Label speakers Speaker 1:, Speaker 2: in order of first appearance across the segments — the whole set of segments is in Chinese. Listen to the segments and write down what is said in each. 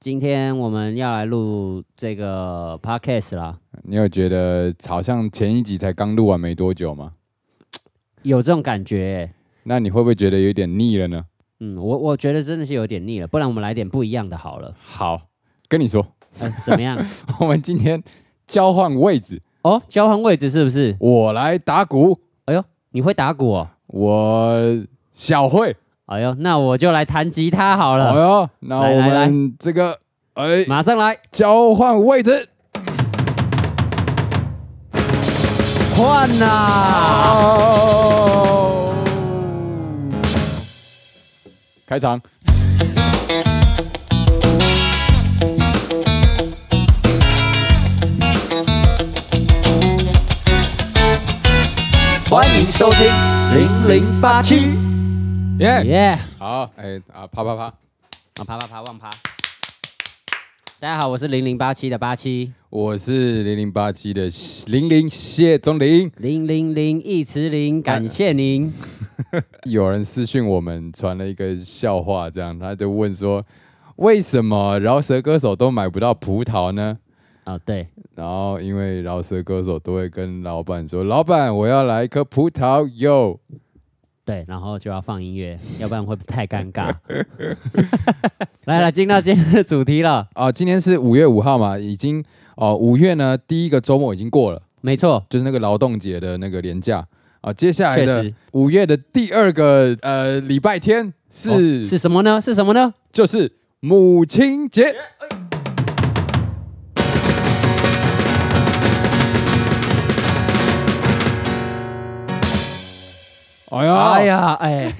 Speaker 1: 今天我们要来录这个 podcast 啦，
Speaker 2: 你有觉得好像前一集才刚录完没多久吗？
Speaker 1: 有这种感觉耶、
Speaker 2: 那你会不会觉得有点腻了呢？
Speaker 1: 嗯，我我觉得真的是有点腻了，不然我们来点不一样的好了。
Speaker 2: 好，跟你说，
Speaker 1: 呃、怎么 样？
Speaker 2: 我们今天交换位置，
Speaker 1: 哦，交换位置是不是？
Speaker 2: 我来打鼓，
Speaker 1: 你会打鼓哦？
Speaker 2: 我小慧。
Speaker 1: 哎呦，那我就来弹吉他好
Speaker 2: 哎
Speaker 1: 了，
Speaker 2: 呦，那
Speaker 1: 来
Speaker 2: 我
Speaker 1: 啊来来
Speaker 2: 们这个哎
Speaker 1: 马上来。
Speaker 2: 交换位置，
Speaker 1: 换啦！
Speaker 2: 好，开场。
Speaker 1: 欢迎收听零零八七。
Speaker 2: 耶、
Speaker 1: 耶！
Speaker 2: 好，哎啊，啪啪啪，
Speaker 1: 啊，啪啪啪，忘啪。大家好，我是零零八七的八七
Speaker 2: 我是零零八七的零零谢宗林。
Speaker 1: 零零零一池零，感谢您。
Speaker 2: 有人私讯我们传了一个笑话，这样他就问说，为什么饶舌歌手都买不到葡萄呢？
Speaker 1: 哦，对，
Speaker 2: 然后因为饶舌歌手都会跟老板说，老板我要来一颗葡萄柚。
Speaker 1: 对，然后就要放音乐， 要不然会太尴尬。 来了，进到今天的主题了，
Speaker 2: 啊、今天是五月五号嘛，已经哦，五、月呢第一个周末已经过了，
Speaker 1: 没错，
Speaker 2: 就是那个劳动节的那个年假啊、接下来
Speaker 1: 确
Speaker 2: 的
Speaker 1: 实
Speaker 2: 五月的第二个呃礼拜天是、
Speaker 1: 哦是什么呢？是什么呢？
Speaker 2: 就是母亲节。哎呀，
Speaker 1: 哎呀，哎，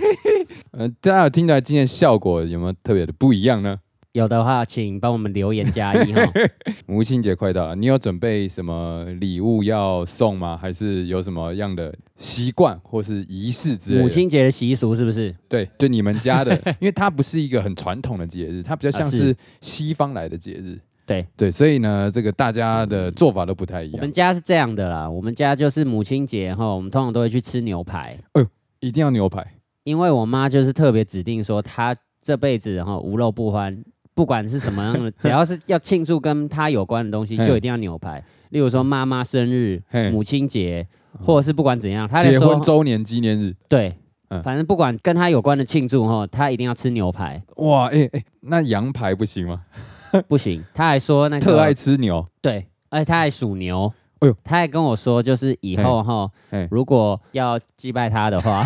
Speaker 2: 呃，大家有听到今天效果有没有特别的不一样呢？
Speaker 1: 有的话请帮我们留言加一哈。
Speaker 2: 母亲节快到了，你有准备什么礼物要送吗？还是有什么样的习惯或 是仪式之类的？
Speaker 1: 母亲节的习俗是不是？
Speaker 2: 对，就你们家 的，因为它不是一个很传统的节日，它比较像
Speaker 1: 啊是
Speaker 2: 是西方来的节日。
Speaker 1: 对
Speaker 2: 对，所以呢，这个大家的做法都不太一
Speaker 1: 我
Speaker 2: 样
Speaker 1: 们。家是这样的啦，我们家就是母亲节哈，我们通常都会去吃牛排，
Speaker 2: 一定要牛排，
Speaker 1: 因为我妈就是特别指定说，她这辈子哈无肉不欢，不管是什么样的，只要是要庆祝跟她有关的东西，
Speaker 2: 嘿
Speaker 1: 就一定要牛排。例如说妈妈生日、
Speaker 2: 嘿
Speaker 1: 母亲节，或者是不管怎样，她就
Speaker 2: 嗯结
Speaker 1: 说
Speaker 2: 婚周年纪念日，
Speaker 1: 对，
Speaker 2: 嗯
Speaker 1: 反正不管跟她有关的庆祝哈，她一定要吃牛排，
Speaker 2: 哇，哎、哎、那羊排不行吗？
Speaker 1: 不行。她还说那个
Speaker 2: 嗯特爱吃牛，
Speaker 1: 对，而且她还属牛。
Speaker 2: 哎呦
Speaker 1: 她还跟我说，就是以后哈
Speaker 2: 嘿，
Speaker 1: 如果要祭拜她的 话，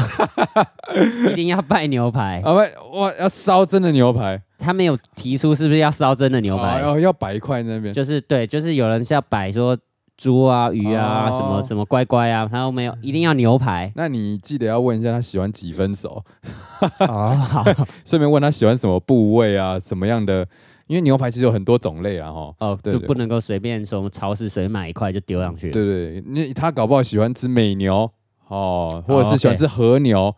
Speaker 1: 一定要拜牛排。
Speaker 2: 啊不，哇，要烧真的牛排，
Speaker 1: 她没有提出是不是要烧真的牛排，
Speaker 2: 哦，要要摆一块在那边，
Speaker 1: 就是对，就是有人是要摆说猪啊、鱼啊、
Speaker 2: 哦嗯
Speaker 1: 什么什么乖乖啊，然后没有一定要牛排
Speaker 2: 那你记得要问一下他喜欢几分熟，
Speaker 1: 哦，好
Speaker 2: 顺便问他喜欢什么部位啊，什么样的，因为牛排其实有很多种类啊，哈。
Speaker 1: 哦，
Speaker 2: 对
Speaker 1: 就
Speaker 2: 对
Speaker 1: 不能够随便从超市随便买一块就丢上去。
Speaker 2: 对对，你他搞不好喜欢吃美牛哦，或者是喜欢
Speaker 1: OK
Speaker 2: 吃和牛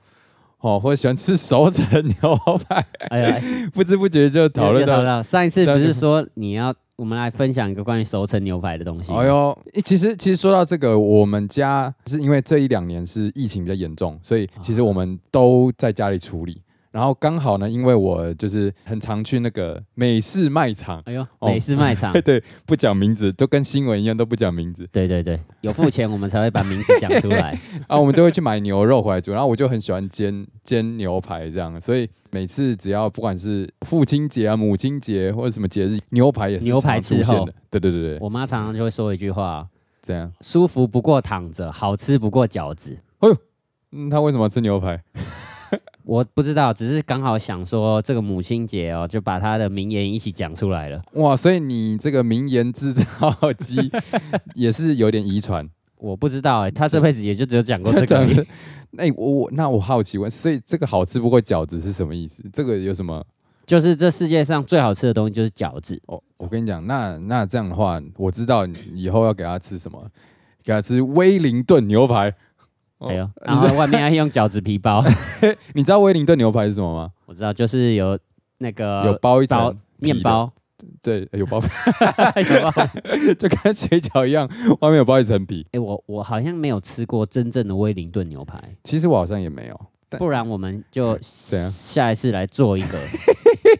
Speaker 2: 哦，或者喜欢吃熟成牛排，
Speaker 1: 哎呀，
Speaker 2: 不知不觉就讨论
Speaker 1: 又
Speaker 2: 到
Speaker 1: 又。到上一次不是说你要我们来分享一个关于熟成牛排的东西？
Speaker 2: 哎呦，诶其实其实说到这个，我们家是因为这一两年是疫情比较严重，所以
Speaker 1: 啊
Speaker 2: 其实我们都在家里处理。然后刚好呢，因为我就是很常去那个美式卖场，
Speaker 1: 哎呦，
Speaker 2: 哦
Speaker 1: 美式卖 场，
Speaker 2: 对，不讲名字，都跟新闻一样都不讲 名字
Speaker 1: 对对对，有付钱我们才会把名字讲出来。
Speaker 2: 啊，我们都会去买牛肉回来煮。然后我就很喜欢煎煎牛排这样，所以每次只要不管是父亲节啊、母亲节或者什么节日，牛排也是
Speaker 1: 牛排
Speaker 2: 常出
Speaker 1: 伺
Speaker 2: 现
Speaker 1: 候
Speaker 2: 的。对对 对对，
Speaker 1: 我妈常常就会说一句话：
Speaker 2: 这样。
Speaker 1: 舒服不过躺着，好吃不过饺子。
Speaker 2: 嗯，他为什么要吃牛排？
Speaker 1: 我不知道，只是刚好想说这个母亲节哦，就把她的名言一起讲出来了。
Speaker 2: 哇，所以你这个名言制造机 也是有点遗传。
Speaker 1: 我不知道哎、她这辈子也就只有讲过 这个
Speaker 2: 讲
Speaker 1: 而已。
Speaker 2: 那、我我那我好奇问，所以这个好吃不过饺子是什么意思？这个有什么？
Speaker 1: 就是这世界上最好吃的东西就是饺子。
Speaker 2: 哦，我跟你讲，那那这样的话，我知道以后要给他吃什么，给他吃威灵顿牛排。哦
Speaker 1: 还有，哎然
Speaker 2: 你知道
Speaker 1: 后外面还用饺子皮包。
Speaker 2: 你知道威灵顿牛排是什么吗？
Speaker 1: 我知道，就是有那个
Speaker 2: 有包一
Speaker 1: 呃包
Speaker 2: 层皮的
Speaker 1: 面，包，
Speaker 2: 对，有包，
Speaker 1: 有包。哎、
Speaker 2: 就跟水饺一样，外面有包一层皮。
Speaker 1: 我我好像没有吃过真正的威灵顿牛排，
Speaker 2: 其实我好像也没有，但啊
Speaker 1: 不然我们就
Speaker 2: 样
Speaker 1: 下一次来做一个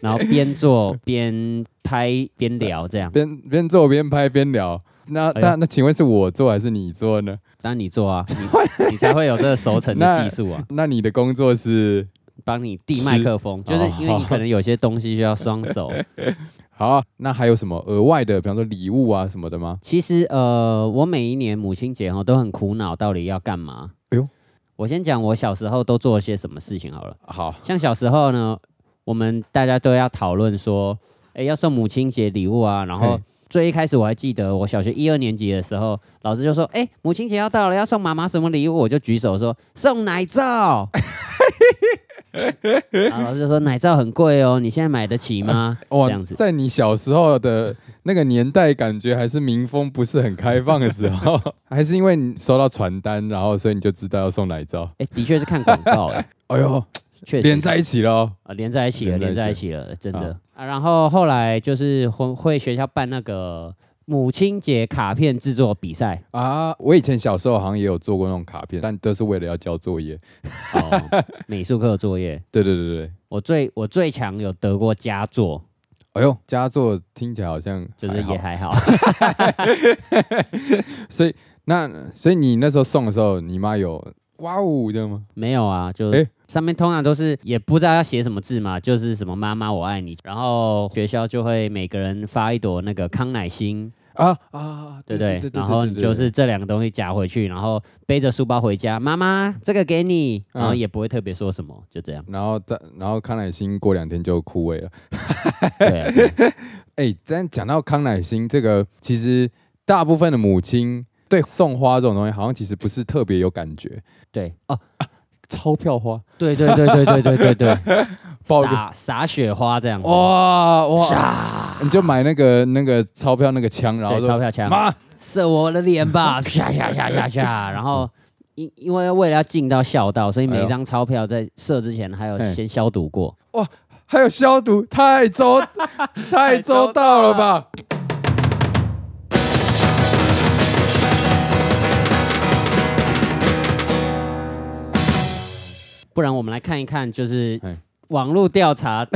Speaker 1: 然后边做边拍边聊这样。
Speaker 2: 边边做边拍边聊。那
Speaker 1: 哎
Speaker 2: 那
Speaker 1: 呦
Speaker 2: 那，请问是我做还是你做呢？
Speaker 1: 当然你做啊，你你才会有这个熟成的
Speaker 2: 那
Speaker 1: 技术啊，
Speaker 2: 那你的工作是
Speaker 1: 帮你递麦克风，就是因
Speaker 2: 哦
Speaker 1: 为你可能有些东西需要双 手。
Speaker 2: 好啊、那还有什么额外的，比方说礼物啊什么的吗？
Speaker 1: 其实呃，我每一年母亲节哈都很苦恼，到底要干嘛？
Speaker 2: 哎呦，
Speaker 1: 我先讲我小时候都做了些什么事情好了。
Speaker 2: 好，
Speaker 1: 像小时候呢，我们大家都要讨论说，哎，要送母亲节礼物啊。然后
Speaker 2: 嘿
Speaker 1: 最一开始我还记得，我小学一二年级的时候，老师就说，哎，母亲节要到了，要送妈妈什么礼物？我就举手说送奶 罩。然后老师就说奶罩很贵哦，你现在买得起吗？
Speaker 2: 哇
Speaker 1: 这样，子。
Speaker 2: 在你小时候的那个年代，感觉还是民风不是很开放的时候， 还是因为你收到传单，然后所以你就知道要送奶罩。
Speaker 1: 哎，的确是看广告，哎
Speaker 2: 哎呦，
Speaker 1: 确实
Speaker 2: 连在一起了哦，
Speaker 1: 啊，连在一起了，连
Speaker 2: 连
Speaker 1: 在
Speaker 2: 在
Speaker 1: 一
Speaker 2: 一
Speaker 1: 起了，真
Speaker 2: 好，
Speaker 1: 的啊。然后后来就是会会学校办那个母亲节卡片制作比赛
Speaker 2: 啊！我以前小时候好像也有做过那种卡片，但都是为了要交作业。
Speaker 1: 哦， 美术课作业，
Speaker 2: 对对对对，
Speaker 1: 我最我最强有得过佳作，
Speaker 2: 哎呦，佳作听起来好像
Speaker 1: 就是
Speaker 2: 还好
Speaker 1: 也还好。
Speaker 2: 所以那所以你那时候送的时候，你妈有哇哦这样吗？
Speaker 1: 没有啊，就
Speaker 2: 诶
Speaker 1: 上面通常都是也不知道要写什么字嘛，就是什么妈妈我爱你，然后学校就会每个人发一朵那个康乃馨，
Speaker 2: 啊啊，
Speaker 1: 对不
Speaker 2: 对
Speaker 1: 对？然后你就是这两个东西夹回去，然后背着书包回家，妈妈这个给你，然后
Speaker 2: 嗯。
Speaker 1: 也不会特别说什么，就这样
Speaker 2: 然后再然后康乃馨过两天就枯萎了。
Speaker 1: 对啊，对啊
Speaker 2: 哎，咱讲到康乃馨这个，其实大部分的母亲对送花这种东西，好像其实不是特别有感觉。
Speaker 1: 对哦，
Speaker 2: 钞票花，
Speaker 1: 对对对对对对对 对，
Speaker 2: 爆
Speaker 1: 撒撒雪花这样子，
Speaker 2: 哦哇哇，
Speaker 1: 哇，
Speaker 2: 你就买那个那个钞票那个枪，哦然后
Speaker 1: 对，钞
Speaker 2: 说
Speaker 1: 票枪，
Speaker 2: 妈，
Speaker 1: 射我的脸吧， 啪啪啪啪啪，然后。因因为为了要进到孝道，所以每一张钞票在射之前还有
Speaker 2: 哎嘿
Speaker 1: 先消毒过。
Speaker 2: 还有消毒，太周 太周到了吧？
Speaker 1: 不然我们来看一看，就是
Speaker 2: 嘿
Speaker 1: 网络调 查，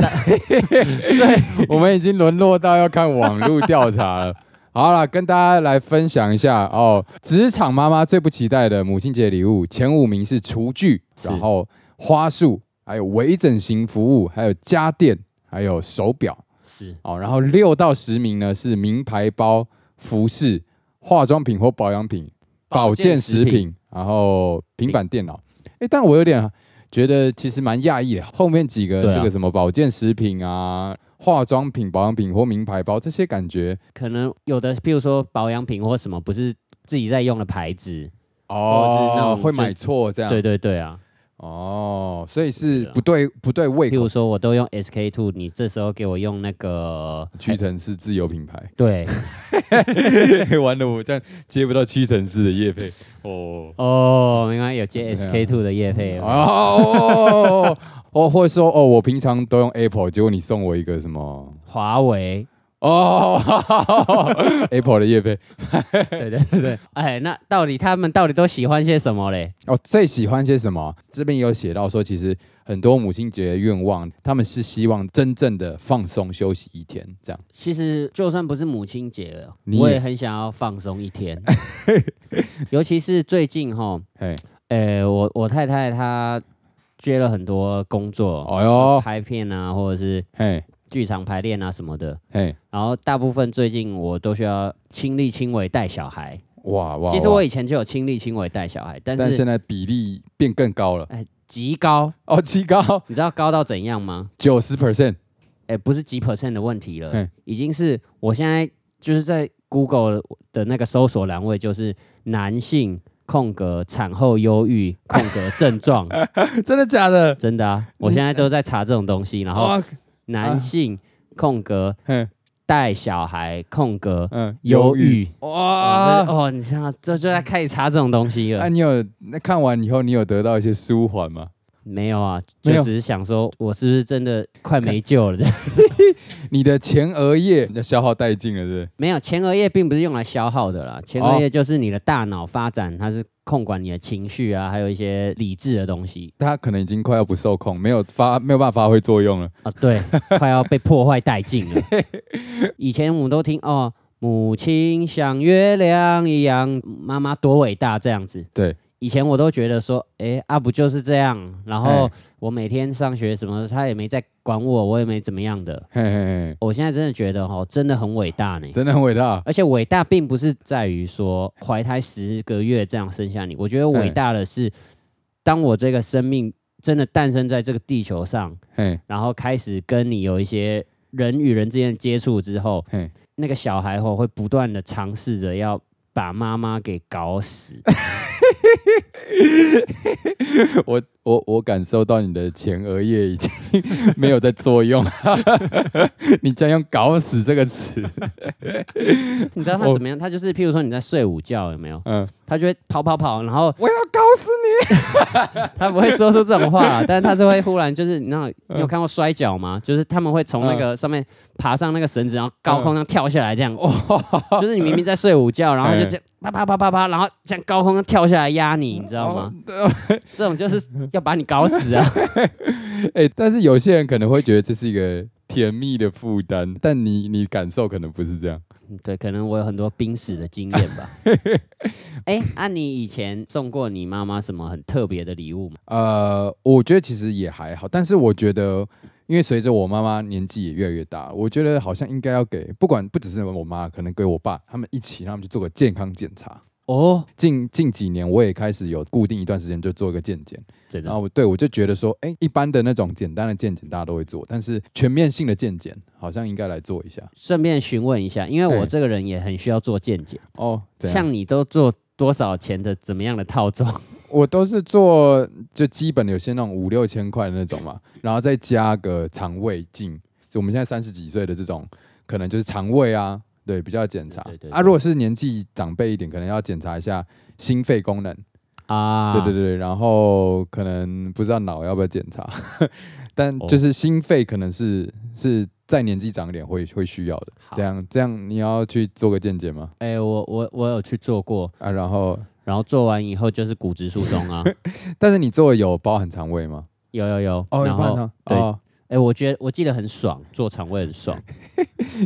Speaker 2: 我们已经沦落到要看网络调查了。 好啦，跟大家来分享一下哦，职场妈妈最不期待的母亲节礼物，前五名是厨具，
Speaker 1: 是
Speaker 2: 然后花束，还有微整形服务，还有家电，还有手表
Speaker 1: 是
Speaker 2: 哦。然后六到十名呢是名牌包、服饰、化妆品或保养品、保健食品，然后平板电脑。哎，但我有点觉得其实蛮讶异的，后面几个
Speaker 1: 对啊
Speaker 2: 这个什么保健食品啊、化妆品、保养品或名牌包这些，感觉
Speaker 1: 可能有的，譬如说保养品或什么，不是自己在用的牌子。
Speaker 2: 哦
Speaker 1: 或者是那种
Speaker 2: 会
Speaker 1: 就
Speaker 2: 买错这样。
Speaker 1: 对对对啊，
Speaker 2: 哦，所以是
Speaker 1: 对啊
Speaker 2: 不对不对胃
Speaker 1: 譬如
Speaker 2: 口，
Speaker 1: 说我都用 SK two，你这时候给我用那个。
Speaker 2: 屈臣氏自有品牌
Speaker 1: 对
Speaker 2: 完了，我这样接不到屈臣氏的业配哦。
Speaker 1: 哦，应该有接
Speaker 2: 对啊
Speaker 1: SK two 的业配。
Speaker 2: 哦哦，或者说哦，我平常都用 Apple，结果你送我一个什么
Speaker 1: 华 为，
Speaker 2: 哦 Apple 的业配，
Speaker 1: 对对对对，哎，那到底他们到底都喜欢些什么嘞？
Speaker 2: 哦，最喜欢些什么？这边有写到说，其实很多母亲节的愿望，他们是希望真正的放松休息一天，这样。
Speaker 1: 其实就算不是母亲节了，
Speaker 2: 你也
Speaker 1: 我也很想要放松一 天，尤其是最近哈，
Speaker 2: 嘿，
Speaker 1: 呃，我我太太她接了很多工作，
Speaker 2: 哎呦，
Speaker 1: 拍片啊，或者是
Speaker 2: 嘿，
Speaker 1: 剧场排练啊什么的，
Speaker 2: 嘿，
Speaker 1: 然后大部分最近我都需要亲力亲为带小孩。
Speaker 2: 哇哇！
Speaker 1: 其实我
Speaker 2: 哇，
Speaker 1: 以前就有亲力亲为带小孩，但
Speaker 2: 但
Speaker 1: 是哎
Speaker 2: 现在比例变更高了，
Speaker 1: 极高，
Speaker 2: 哦，极高
Speaker 1: 你知道高到怎样吗？
Speaker 2: 九十 percent，
Speaker 1: 哎，不是几 percent 的问题了
Speaker 2: 嘿，
Speaker 1: 已经是我现在就是在 Google 的那个搜索栏位，就是男性空格产后忧郁空格症 状，
Speaker 2: 真的假的？
Speaker 1: 真的啊，我现在都在查这种东西，然后
Speaker 2: 哇，
Speaker 1: 男性空格
Speaker 2: 嘿，
Speaker 1: 带小孩空格
Speaker 2: 嗯，
Speaker 1: 忧郁，
Speaker 2: 啊
Speaker 1: 哇
Speaker 2: 哇！
Speaker 1: 哦，你想这就在开始查这种东西
Speaker 2: 那
Speaker 1: 了。
Speaker 2: 你有那看完以后，你有得到一些舒缓吗？
Speaker 1: 没有啊，
Speaker 2: 没
Speaker 1: 就
Speaker 2: 有
Speaker 1: 只是想说，我是不是真的快没救了？
Speaker 2: 你的前额叶要消耗殆尽了，是不是？
Speaker 1: 没有，前额叶并不是用来消耗的啦，前额叶就是你的大脑发展，它是控管你的情绪啊，还有一些理智的东西
Speaker 2: 它可能已经快要不受控，没有发没有办法发挥作用了。
Speaker 1: 啊，对， 快要被破坏殆尽了。以前我们都听哦，母亲像月亮一样，妈妈多伟大这样子。
Speaker 2: 对，
Speaker 1: 以前我都觉得说，哎，啊不就是这样，然后
Speaker 2: 哎
Speaker 1: 我每天上学什么，他也没在管我，我也没怎么样的。
Speaker 2: 嘿嘿嘿，
Speaker 1: 我现在真的觉得哦，真的很伟大呢。
Speaker 2: 真的很伟大。
Speaker 1: 而且伟大并不是在于说怀胎十个月这样生下你，我觉得伟大的是，当我这个生命真的诞生在这个地球上，
Speaker 2: 嘿，
Speaker 1: 然后开始跟你有一些人与人之间的接触之后
Speaker 2: 嘿，
Speaker 1: 那个小孩吼会不断的尝试着要把妈妈给搞死。
Speaker 2: 我我我感受到你的前额叶已经 没有在作用， 你将用“搞死”这个词。
Speaker 1: 你知道他怎么样？他就是譬如说你在睡午觉有没有？
Speaker 2: 嗯，
Speaker 1: 他就会跑跑跑，然后
Speaker 2: 我要搞死
Speaker 1: 他不会说出这种话 啦，但是他是会忽然就是，你知道，你
Speaker 2: 嗯
Speaker 1: 有看过摔跤吗？就是他们会从那个上面爬上那个绳子，然后高空上跳下来，这样。
Speaker 2: 哦
Speaker 1: 就是你明明在睡午觉，然后就这样啪
Speaker 2: 哎
Speaker 1: 啪啪啪啪，然后这样高空上跳下来压你，你知
Speaker 2: 你！
Speaker 1: 道吗？
Speaker 2: 哦
Speaker 1: 这种就是要把你搞死 啊！
Speaker 2: 哎、但是有些人可能会觉得这是一个甜蜜的负担，但你你感受可能不是这样。
Speaker 1: 对，可能我有很多濒死的经验 吧。哎，啊，你以前送过你妈妈什么很特别的礼物吗？
Speaker 2: 呃，我觉得其实也还好，但是我觉得，因为随着我妈妈年纪也越来越大，我觉得好像应该要给，不管不只是我妈，可能给我爸他们一起，让他们去做个健康检查。
Speaker 1: 哦，
Speaker 2: 近近几年我也开始有固定一段时间就做一个健检，
Speaker 1: 真
Speaker 2: 然
Speaker 1: 的
Speaker 2: 后我对我就觉得说，哎、一般的那种简单的健检大家都会做，但是全面性的健检好像应该来做一下
Speaker 1: 顺便询问一下，因为我
Speaker 2: 哎
Speaker 1: 这个人也很需要做健检。
Speaker 2: 哦。怎样？
Speaker 1: 像你都做多少钱的怎么样的套装？
Speaker 2: 我都是做就基本的有些那种五六千块的那种嘛，然后再加个肠胃镜。我们现在三十几岁的这种，可能就是肠胃啊，对，比较要检查
Speaker 1: 对对对
Speaker 2: 啊。如果是年纪长辈一点，可能要检查一下心肺功能，
Speaker 1: 啊，
Speaker 2: 对对对，然后可能不知道脑要不要检查， 但
Speaker 1: 哦
Speaker 2: 就是心肺可能是是再年纪长一点会会需要的。
Speaker 1: 好
Speaker 2: 这样这样你要去做个健检吗？
Speaker 1: 哎、我我我有去做过，
Speaker 2: 啊，然后
Speaker 1: 然后做完以后就是骨质疏松 啊，
Speaker 2: 但是你做的有包含肠胃吗？
Speaker 1: 有有有，
Speaker 2: 哦，有
Speaker 1: 然
Speaker 2: 包含
Speaker 1: 后
Speaker 2: 肠
Speaker 1: 对
Speaker 2: 哦
Speaker 1: 哎、我觉得我记得很爽，做肠胃很爽，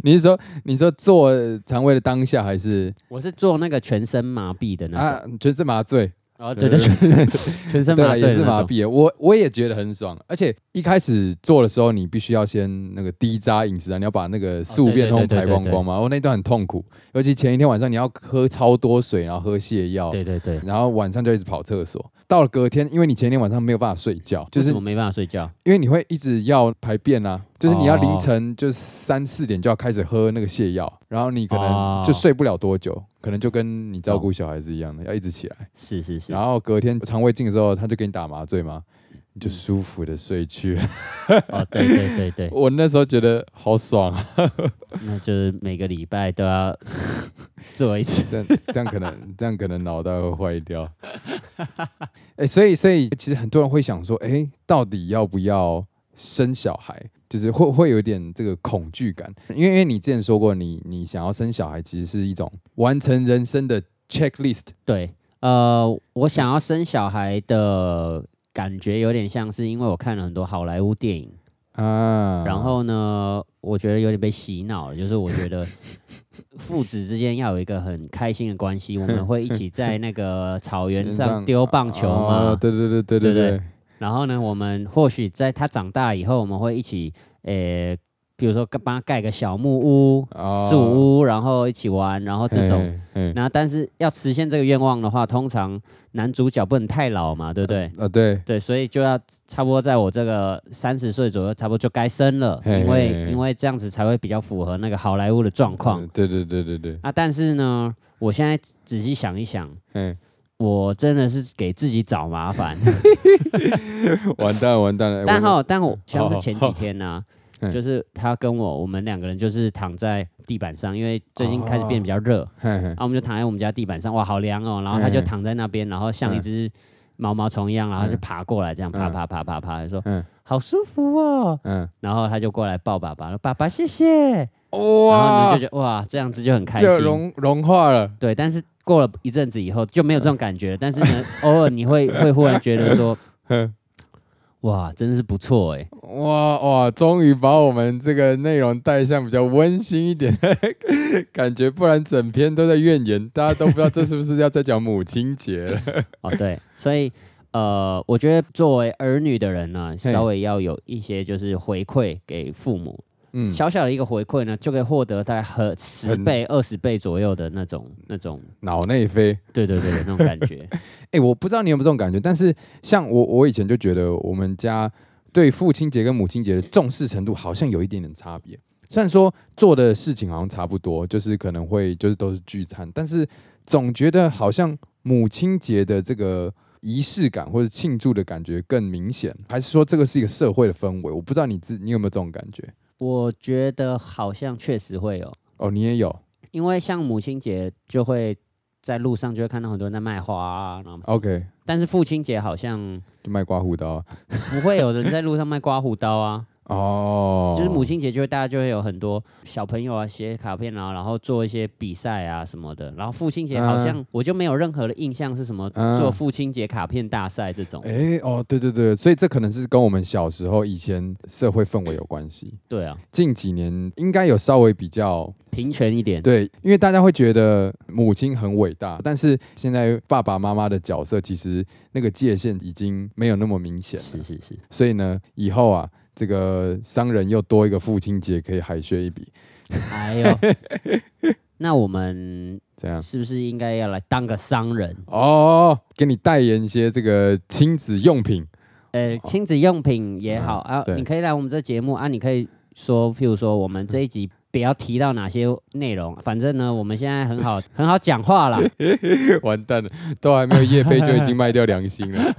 Speaker 2: 你是说你说做肠胃的当下还是
Speaker 1: 我是做那个全身麻痹的那种，
Speaker 2: 啊？全身麻醉，
Speaker 1: 哦对
Speaker 2: 对
Speaker 1: 对，
Speaker 2: 对
Speaker 1: 全 全身
Speaker 2: 对
Speaker 1: 麻
Speaker 2: 了，
Speaker 1: 醉
Speaker 2: 也
Speaker 1: 的
Speaker 2: 是麻
Speaker 1: 那种，
Speaker 2: 痹的。我我也觉得很爽，而且一开始做的时候，你必须要先那个低渣饮食啊，你要把那个宿便通
Speaker 1: 哦对对对
Speaker 2: 排
Speaker 1: 对对
Speaker 2: 光光嘛。我、哦、那段很痛苦，尤其前一天晚上你要喝超多水，然后喝泻药，
Speaker 1: 对对对，
Speaker 2: 然后晚上就一直跑厕所。到了隔天，因为你前一天晚上没有办法睡觉，就
Speaker 1: 为
Speaker 2: 是
Speaker 1: 什么没办法睡觉？
Speaker 2: 因为你会一直要排便啊，就是你要凌
Speaker 1: 哦
Speaker 2: 晨就是三四点就要开始喝那个泻药，然后你可能
Speaker 1: 哦
Speaker 2: 就睡不了多久，可能就跟你照顾小孩子一样的，要一直起来。
Speaker 1: 是是是嗯
Speaker 2: 然，后隔天肠胃镜的时候，他就给你打麻醉嘛，你就舒服的睡去了。
Speaker 1: 哦对对对对，
Speaker 2: 我那时候觉得好爽啊，
Speaker 1: 那就是每个礼拜都要 做一次，
Speaker 2: 这样这样可能这样可能脑袋会坏掉。 哎、所以所以其实很多人会想说，哎、到底要不要生小孩？就是会会有点这个恐惧感，因为因为你之前说过你，你想要生小孩，其实是一种完成人生的 checklist。
Speaker 1: 对，呃，我想要生小孩的感觉有点像是因为我看了很多好莱坞电影。
Speaker 2: 啊，
Speaker 1: 然后呢，我觉得有点被洗脑了，就是我觉 得父子之间要有一个很开心的关系，我们会一起在那个草原上丢棒球嘛
Speaker 2: 哦。对对对对
Speaker 1: 对
Speaker 2: 对
Speaker 1: 不
Speaker 2: 对，
Speaker 1: 然后呢，我们或许在他长大以后，我们会一起，呃，比如说帮他盖个小木屋、
Speaker 2: 哦
Speaker 1: 树屋，然后一起玩，然后这种。
Speaker 2: 嘿，嘿
Speaker 1: 那但是要实现这个愿望的话，通常男主角不能太老嘛，对不对？
Speaker 2: 啊对，
Speaker 1: 对，所以就要差不多在我这个三十岁左右，差不多就该生了，
Speaker 2: 嘿
Speaker 1: 因
Speaker 2: 嘿
Speaker 1: 为
Speaker 2: 嘿
Speaker 1: 因为这样子才会比较符合那个好莱坞的状况
Speaker 2: 嗯。对对对对对，
Speaker 1: 啊，但是呢，我现在仔细想一想，
Speaker 2: 嗯，
Speaker 1: 我真的是给自己找麻 烦。
Speaker 2: 完蛋了完 蛋了。
Speaker 1: 但
Speaker 2: 哎我
Speaker 1: 哈，但我像是
Speaker 2: 好
Speaker 1: 前几天呢、
Speaker 2: 嗯
Speaker 1: 就是他跟我，我们两个人就是躺在地板上，因为最近开始变比较热，
Speaker 2: 嘿嘿
Speaker 1: 哦啊，我们就躺在我们家地板上，哇，好凉哦。然后他就
Speaker 2: 嗯
Speaker 1: 躺在那边，然后像一只毛毛虫一样，然后就
Speaker 2: 嗯
Speaker 1: 爬过来，这样爬
Speaker 2: 嗯
Speaker 1: 爬爬爬爬，说
Speaker 2: 嗯
Speaker 1: 好舒服哦。
Speaker 2: 嗯，
Speaker 1: 然后他就过来抱爸爸，说爸爸谢谢。然后
Speaker 2: 哇
Speaker 1: 你就，觉得哇，这样子就很开
Speaker 2: 就
Speaker 1: 心。
Speaker 2: 融融化了，
Speaker 1: 对，但是过了一阵子以后就没有这种感觉了。但是 呢，偶尔你会会忽然觉得说，哇，真是不错哎。
Speaker 2: 哇哇，终于把我们这个内容带向比较温馨一点 的感觉，不然整篇都在怨言，大家都不知道这是不是要在讲母亲节了。
Speaker 1: 哦，对，所以呃，我觉得作为儿女的人呢，
Speaker 2: 嘿
Speaker 1: 稍微要有一些就是回馈给父母，
Speaker 2: 嗯，
Speaker 1: 小小的一个回馈呢，就可以获得大概和十
Speaker 2: 很
Speaker 1: 倍、二十倍左右的那种那种，
Speaker 2: 脑内飞。
Speaker 1: 对对对，那种感 觉。
Speaker 2: 哎、我不知道你有没有这种感觉，但是像我，我以前就觉得我们家对父亲节跟母亲节的重视程度好像有一点点差别。虽然说做的事情好像差不多，就是可能会就是都是聚餐，但是总觉得好像母亲节的这个仪式感或者庆祝的感觉更明显，还是说这个是一个社会的氛围？我不知道你自你有没有这种感觉？
Speaker 1: 我觉得好像确实会有，
Speaker 2: 哦，你也有
Speaker 1: 因为像母亲节就会在路上就会看到很多人在卖花啊，然后
Speaker 2: ，OK，
Speaker 1: 但是父亲节好像
Speaker 2: 就卖刮胡刀啊
Speaker 1: 不会有人在路上卖刮胡刀啊。
Speaker 2: 哦，
Speaker 1: 就是母亲节就会大家就会有很多小朋友啊写卡片啊，然后做一些比赛啊什么的。然后父亲节好
Speaker 2: 啊
Speaker 1: 像我就没有任何的印象是什么
Speaker 2: 嗯
Speaker 1: 做父亲节卡片大赛这种。
Speaker 2: 哎、哦，对对对，所以这可能是跟我们小时候以前社会氛围有关系。
Speaker 1: 对啊，
Speaker 2: 近几年应该有稍微比较
Speaker 1: 平权一点。
Speaker 2: 对，因为大家会觉得母亲很伟大，但是现在爸爸妈妈的角色其实那个界限已经没有那么明显
Speaker 1: 是
Speaker 2: 了。
Speaker 1: 是是，
Speaker 2: 所以呢，以后啊，这个商人又多一个父亲节可以海削一笔，
Speaker 1: 哎呦， 那我们
Speaker 2: 怎样？
Speaker 1: 是不是应该要来当个商人？
Speaker 2: 哦，给你代言一些这个亲子用品，
Speaker 1: 呃，亲子用品也好啊，
Speaker 2: 哦嗯对
Speaker 1: 你可以来我们这节目啊，你可以说，譬如说我们这一集。不要提到哪些内容，反正呢，我们现在很 好，很好讲话啦。
Speaker 2: 完蛋了，都还没有业配就已经卖掉良 心了。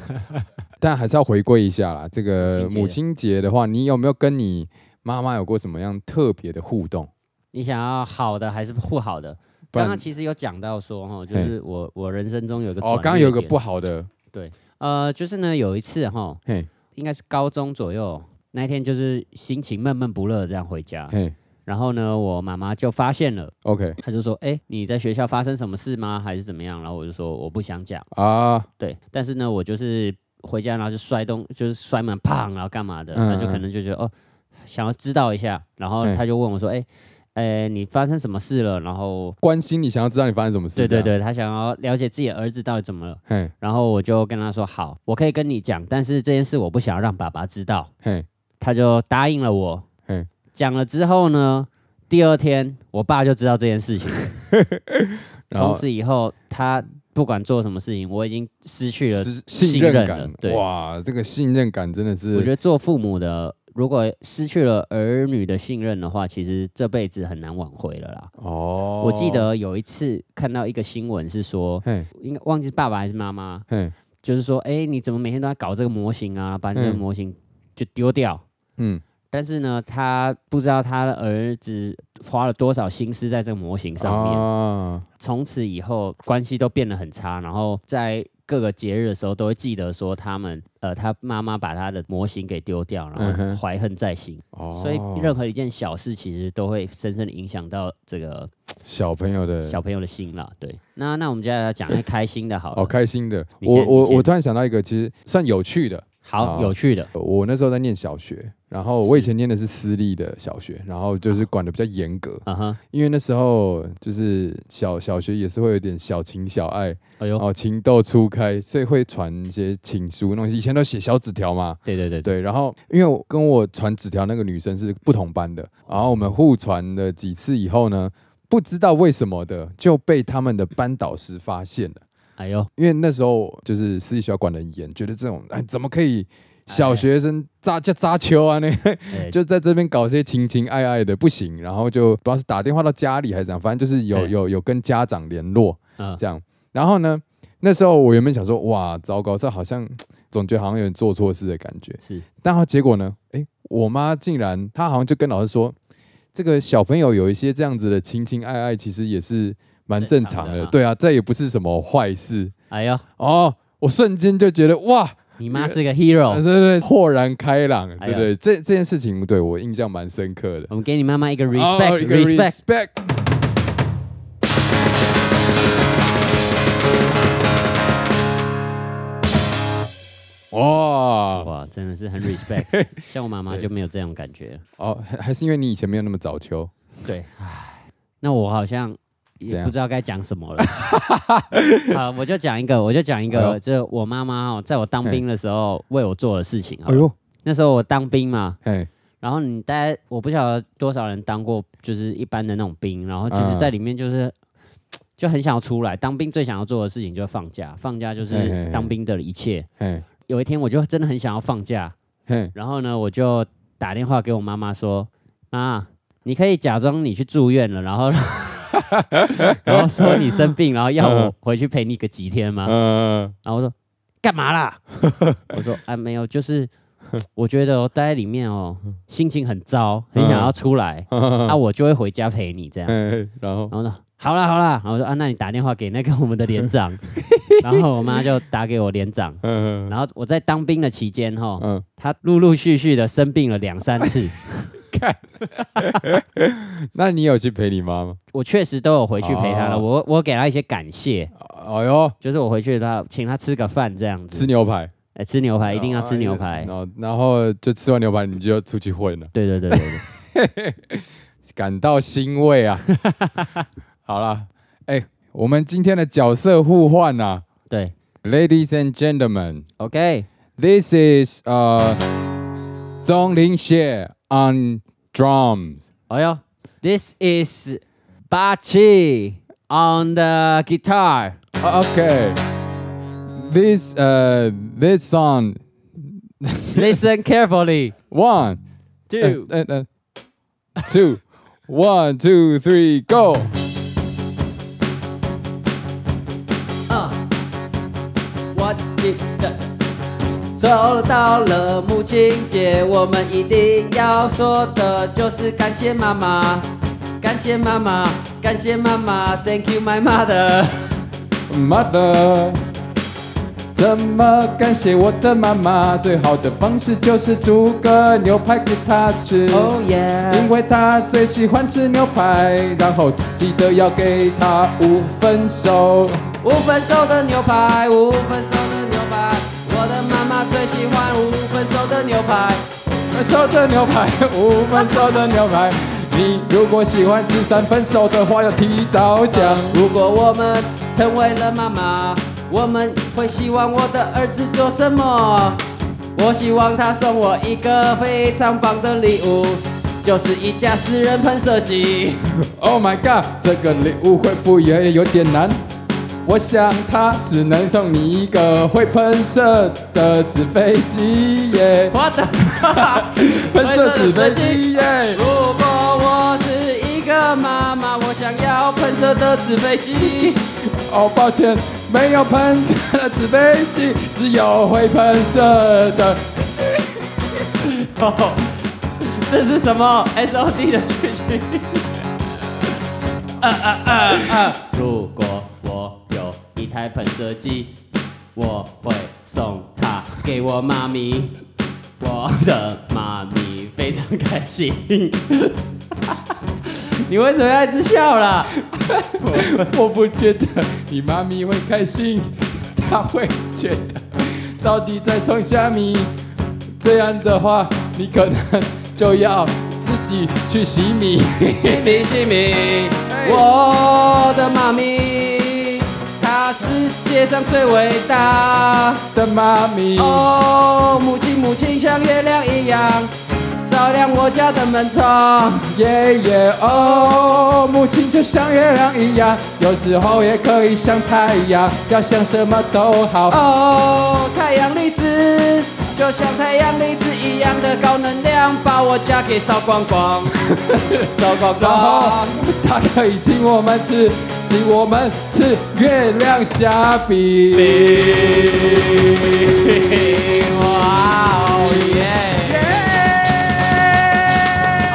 Speaker 2: 但还是要回归一下啦，这个母
Speaker 1: 母
Speaker 2: 亲节的话，你有没有跟你妈妈有过什么样特别的互动？
Speaker 1: 你想要好的还是不好的？
Speaker 2: 不然
Speaker 1: 刚刚其实有讲到说哈，就是我我人生中有一个
Speaker 2: 哦，
Speaker 1: 转
Speaker 2: 刚刚
Speaker 1: 捩
Speaker 2: 有一个
Speaker 1: 点
Speaker 2: 不好的，
Speaker 1: 呃，就是呢有一次哈，
Speaker 2: 嘿
Speaker 1: 应该是高中左右那一天，就是心情闷闷不乐这样回家，
Speaker 2: 嘿
Speaker 1: 然后呢我妈妈就发现了，
Speaker 2: 啊，OK
Speaker 1: 她就说：“哎、你在学校发生什么事吗？还是怎么样？”然后我就说我不想讲，
Speaker 2: 啊，
Speaker 1: 对，但是呢我就是回家然后就摔东，就是摔门砰，然后干嘛的，
Speaker 2: 嗯
Speaker 1: 她就可能就觉得哦想要知道一下，然后
Speaker 2: 嗯
Speaker 1: 她就问我说：“哎、呃，你发生什么事了？”然后
Speaker 2: 关心你，想要知道你发生什么事，
Speaker 1: 对对
Speaker 2: 这样，
Speaker 1: 对，他想要了解自己的儿子到底怎么了，
Speaker 2: 嘿
Speaker 1: 然后我就跟他说好，我可以跟你讲，但是这件事我不想让爸爸知道，
Speaker 2: 嘿，
Speaker 1: 他就答应了我
Speaker 2: 嗯。
Speaker 1: 讲了之后呢，第二天我爸就知道这件事情了，
Speaker 2: 然
Speaker 1: 从
Speaker 2: 后
Speaker 1: 此以后他不管做什么事情，我已经失去了。
Speaker 2: 是
Speaker 1: 信
Speaker 2: 信
Speaker 1: 任了
Speaker 2: 任感，
Speaker 1: 对
Speaker 2: 哇，这个信任感真的是，
Speaker 1: 我觉得做父母的，如果失去了儿女的信任的话，其实这辈子很难挽回了啦。
Speaker 2: 哦，
Speaker 1: 我记，得有一次看到一个新闻是说，
Speaker 2: 嘿
Speaker 1: 应该忘记是爸爸还是妈妈，
Speaker 2: 嘿，
Speaker 1: 就是说，哎、你怎么每天都在搞这个模型啊？把你这个
Speaker 2: 嗯
Speaker 1: 模型就丢掉。
Speaker 2: 嗯，
Speaker 1: 但是呢，他不知道他的儿子花了多少心思在这个模型上面。
Speaker 2: 啊，
Speaker 1: 从、此以后，关系都变得很差。然后在各个节日的时候，都会记得说他们，呃，他妈妈把他的模型给丢掉，然
Speaker 2: 嗯
Speaker 1: 后
Speaker 2: 哼
Speaker 1: 怀恨在心。
Speaker 2: 哦，
Speaker 1: 所以，任何一件小事，其实都会深深的影响到这个
Speaker 2: 小朋友的
Speaker 1: 小朋友的心了。对，那那我们接下来讲一些开心的好了，
Speaker 2: 好哦开心的，
Speaker 1: 你
Speaker 2: 我
Speaker 1: 先你
Speaker 2: 我
Speaker 1: 先
Speaker 2: 我突然想到一个，其实算有趣的。
Speaker 1: 好
Speaker 2: 好
Speaker 1: 有趣的，
Speaker 2: 我那时候在念小学，然后我以
Speaker 1: 是
Speaker 2: 前念的是私立的小学，然后就是管的比较严格，
Speaker 1: 嗯哼，
Speaker 2: 因为那时候就是小小学也是会有点小情小爱，
Speaker 1: 哎呦，
Speaker 2: 哦，情窦初开，所以会传一些情书那种，以前都写小纸条嘛。
Speaker 1: 对对对对，
Speaker 2: 对，然后因为我跟我传纸条那个女生是不同班的，然后我们互传了几次以后呢，不知道为什么的就被他们的班导师发现了。
Speaker 1: 哎呦，
Speaker 2: 因为那时候就是私立学校管的很严，觉得这种哎怎么可以小学生扎就扎球啊那个，
Speaker 1: 哎
Speaker 2: 就在这边搞这些情情爱爱的不行，然后就不知道是打电话到家里还是怎样，反正就是有
Speaker 1: 哎
Speaker 2: 有有跟家长联络
Speaker 1: 嗯
Speaker 2: 这样。然后呢，那时候我原本想说哇糟糕，这好像总觉得好像有点做错事的感觉，
Speaker 1: 是
Speaker 2: 但后结果呢，哎，我妈竟然她好像就跟老师说，这个小朋友有一些这样子的情情爱爱，其实也是蛮正常
Speaker 1: 正常的
Speaker 2: 的
Speaker 1: 啊，
Speaker 2: 对啊，这也不是什么坏事。
Speaker 1: 哎呦，
Speaker 2: 哦，我瞬间就觉得哇，
Speaker 1: 你妈是个
Speaker 2: 对
Speaker 1: hero，
Speaker 2: 对对，豁然开朗，对不
Speaker 1: 哦哎
Speaker 2: 对？这这件事情对我印象蛮深刻的。
Speaker 1: 我们给你妈妈一个
Speaker 2: 哦一个
Speaker 1: respect，respect。
Speaker 2: respect。哇
Speaker 1: 哇，真的是很 respect，像我妈妈就没有这种感觉了。
Speaker 2: 哦，还还是因为你以前没有那么早秋，
Speaker 1: 对，唉，那我好像
Speaker 2: 怎
Speaker 1: 也
Speaker 2: 样
Speaker 1: 不知道该讲什么 了。好，我就讲一个，我就讲一
Speaker 2: 哎
Speaker 1: 个，
Speaker 2: 呦
Speaker 1: 这我妈妈哦，在我当兵的时候为我做的事情。
Speaker 2: 哎，呦，
Speaker 1: 那时候我当兵嘛，
Speaker 2: 哎，
Speaker 1: 然后你大概我不晓得多少人当过，就是一般的那种兵，然后就是
Speaker 2: 嗯
Speaker 1: 在里面就是。就很想要出来，当兵最想要做的事情就是放假，放假就
Speaker 2: 嘿嘿
Speaker 1: 是
Speaker 2: 嘿
Speaker 1: 当兵的一切。
Speaker 2: 哎，
Speaker 1: 有一天我就真的很想要放假，
Speaker 2: 嘿，
Speaker 1: 然后呢，我就打电话给我妈妈说：“妈，你可以假装你去住院了，然后 然后说你生病，然后要我回去陪你个几天吗
Speaker 2: 嗯，？”
Speaker 1: 然后我说：“干嘛啦？” 我说：“啊，没有，就是我觉得我待在里面哦，心情很糟，很想要出来， 啊，
Speaker 2: 啊，
Speaker 1: 我就会回家陪你这样。”
Speaker 2: 哎，然后
Speaker 1: 然后呢，好啦好啦，然后我说啊，那你打电话给那个我们的连长， 然后我妈就打给我连长，
Speaker 2: 嗯，
Speaker 1: 然后我在当兵的期间哈，
Speaker 2: 嗯
Speaker 1: 他陆陆续续的生病了两三次，
Speaker 2: 那你有去陪你妈吗？
Speaker 1: 我确实都有回去陪他了，
Speaker 2: 哦
Speaker 1: 我我给他一些感谢，
Speaker 2: 哎呦，
Speaker 1: 就是我回去他请他吃个饭这样
Speaker 2: 吃
Speaker 1: 子，
Speaker 2: 哦牛排，
Speaker 1: 哎，吃牛排一定要吃牛排
Speaker 2: 啊然，后然后就吃完牛排，你就出去混了，
Speaker 1: 对对对对对，
Speaker 2: 感到欣慰 啊。好啦，哎，我们今天的角色互换啊
Speaker 1: 对
Speaker 2: ，Ladies and gentlemen。
Speaker 1: ，OK，
Speaker 2: This is uh Zhong Lin Xie on drums.
Speaker 1: 哎呦，This is 八七 on the guitar，
Speaker 2: Uh, Okay. This uh this song
Speaker 1: listen carefully
Speaker 2: one
Speaker 1: two
Speaker 2: uh, uh, uh, two one two three go.
Speaker 1: Uh, 我记得，说到了母亲节，我们一定要说的就是感谢妈妈，感谢妈妈，感谢妈妈，Thank you my mother。
Speaker 2: Mother，怎么感谢我的妈妈？最好的方式就是煮个牛排给她吃。
Speaker 1: Oh yeah，
Speaker 2: 因为他最喜欢吃牛排，然后记得要给他五分熟。
Speaker 1: 五分熟的牛排，五分熟的牛排，我的妈妈最喜欢五分熟的牛排。
Speaker 2: 分熟的牛排，五分熟的牛排。你如果喜欢吃三分熟的话，要提早讲。
Speaker 1: 如果我们成为了妈妈，我们会希望我的儿子做什么？我希望他送我一个非常棒的礼物，就是一架私人喷射机。
Speaker 2: Oh my god，这个礼物会不会也有点难？我想他只能送你一个会喷射的纸飞机耶，
Speaker 1: 我 的
Speaker 2: 喷射纸飞机耶。
Speaker 1: 如果我是一个妈妈，我想要喷射的纸飞机。
Speaker 2: 哦，抱歉，没有喷射的纸飞机，只有会喷射的。
Speaker 1: 这是什么 S O D 的呃句句？呃如果我有一台喷射机，我会送它给我妈咪，我的妈咪非常开心。 你为什么要一直笑啦？
Speaker 2: 我不觉得你妈咪会开心，她会觉得到底在冲虾米。这样的话，你可能就要自己去洗米。
Speaker 1: 西米西米，我的妈咪，她世界上最伟大。
Speaker 2: 的妈咪，
Speaker 1: 哦，母亲母亲像月亮一样，照亮我家的门窗。
Speaker 2: 耶耶哦，母亲就像月亮一样，有时候也可以像太阳，要想什么都好。
Speaker 1: 哦，太阳粒子就像太阳粒子一样的高能量，把我家给烧光 光，烧光
Speaker 2: 然
Speaker 1: 光
Speaker 2: 后。哦他可以请我们吃，请我们吃月亮虾饼。
Speaker 1: 哇哦耶！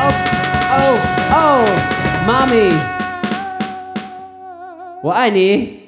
Speaker 1: 哦哦哦，妈咪，我爱你。